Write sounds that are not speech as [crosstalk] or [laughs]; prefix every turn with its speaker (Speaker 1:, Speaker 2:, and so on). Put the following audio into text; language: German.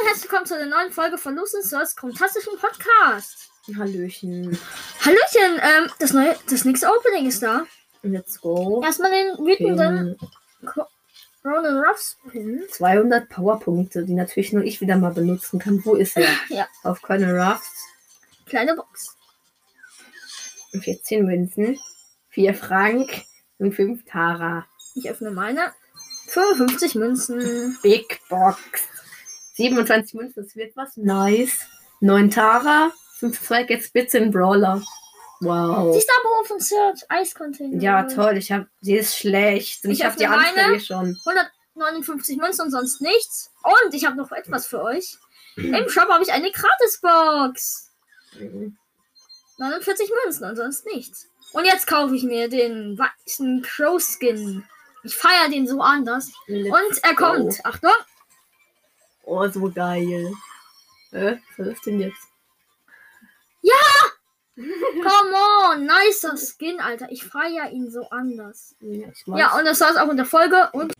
Speaker 1: und herzlich willkommen zu einer neuen Folge von Los und Souls fantastischen Podcast.
Speaker 2: Hallöchen.
Speaker 1: Hallöchen, ähm, das neue, das nächste Opening ist da.
Speaker 2: Let's go.
Speaker 1: Erstmal den wütenden
Speaker 2: Pin.
Speaker 1: Ronan Ruffs Pin.
Speaker 2: 200 Powerpunkte, die natürlich nur ich wieder mal benutzen kann. Wo ist er?
Speaker 1: [laughs] Ja.
Speaker 2: Auf Colonel Ruffs.
Speaker 1: Kleine Box.
Speaker 2: 14 Münzen. 4 Frank. Und 5 Tara.
Speaker 1: Ich öffne meine. 55 Münzen.
Speaker 2: Big Box. 27 Münzen, das wird was. Nice. 9 Tara. 5 Zweig, jetzt bitte im Brawler.
Speaker 1: Die
Speaker 2: Wow.
Speaker 1: Star Open Search Ice Container.
Speaker 2: Oh. Ja, toll. Ich hab, sie ist schlecht. Und
Speaker 1: Ich
Speaker 2: ich, hab
Speaker 1: öffne
Speaker 2: die andere
Speaker 1: meine.
Speaker 2: hier schon.
Speaker 1: 159 Münzen und sonst nichts. Und ich habe noch etwas für euch.
Speaker 2: Hm.
Speaker 1: Im Shop habe ich eine Gratisbox. 49 Münzen und sonst nichts. Und jetzt kaufe ich mir den weißen Crow Skin. Ich feiere den so anders. Und er kommt. Achtung.
Speaker 2: Oh, so geil. Äh, was ist denn jetzt?
Speaker 1: Come on. Nicer Skin, Alter. Ich feiere ihn so anders.
Speaker 2: Ja, ich
Speaker 1: Ja, und das war's auch in der Folge. Und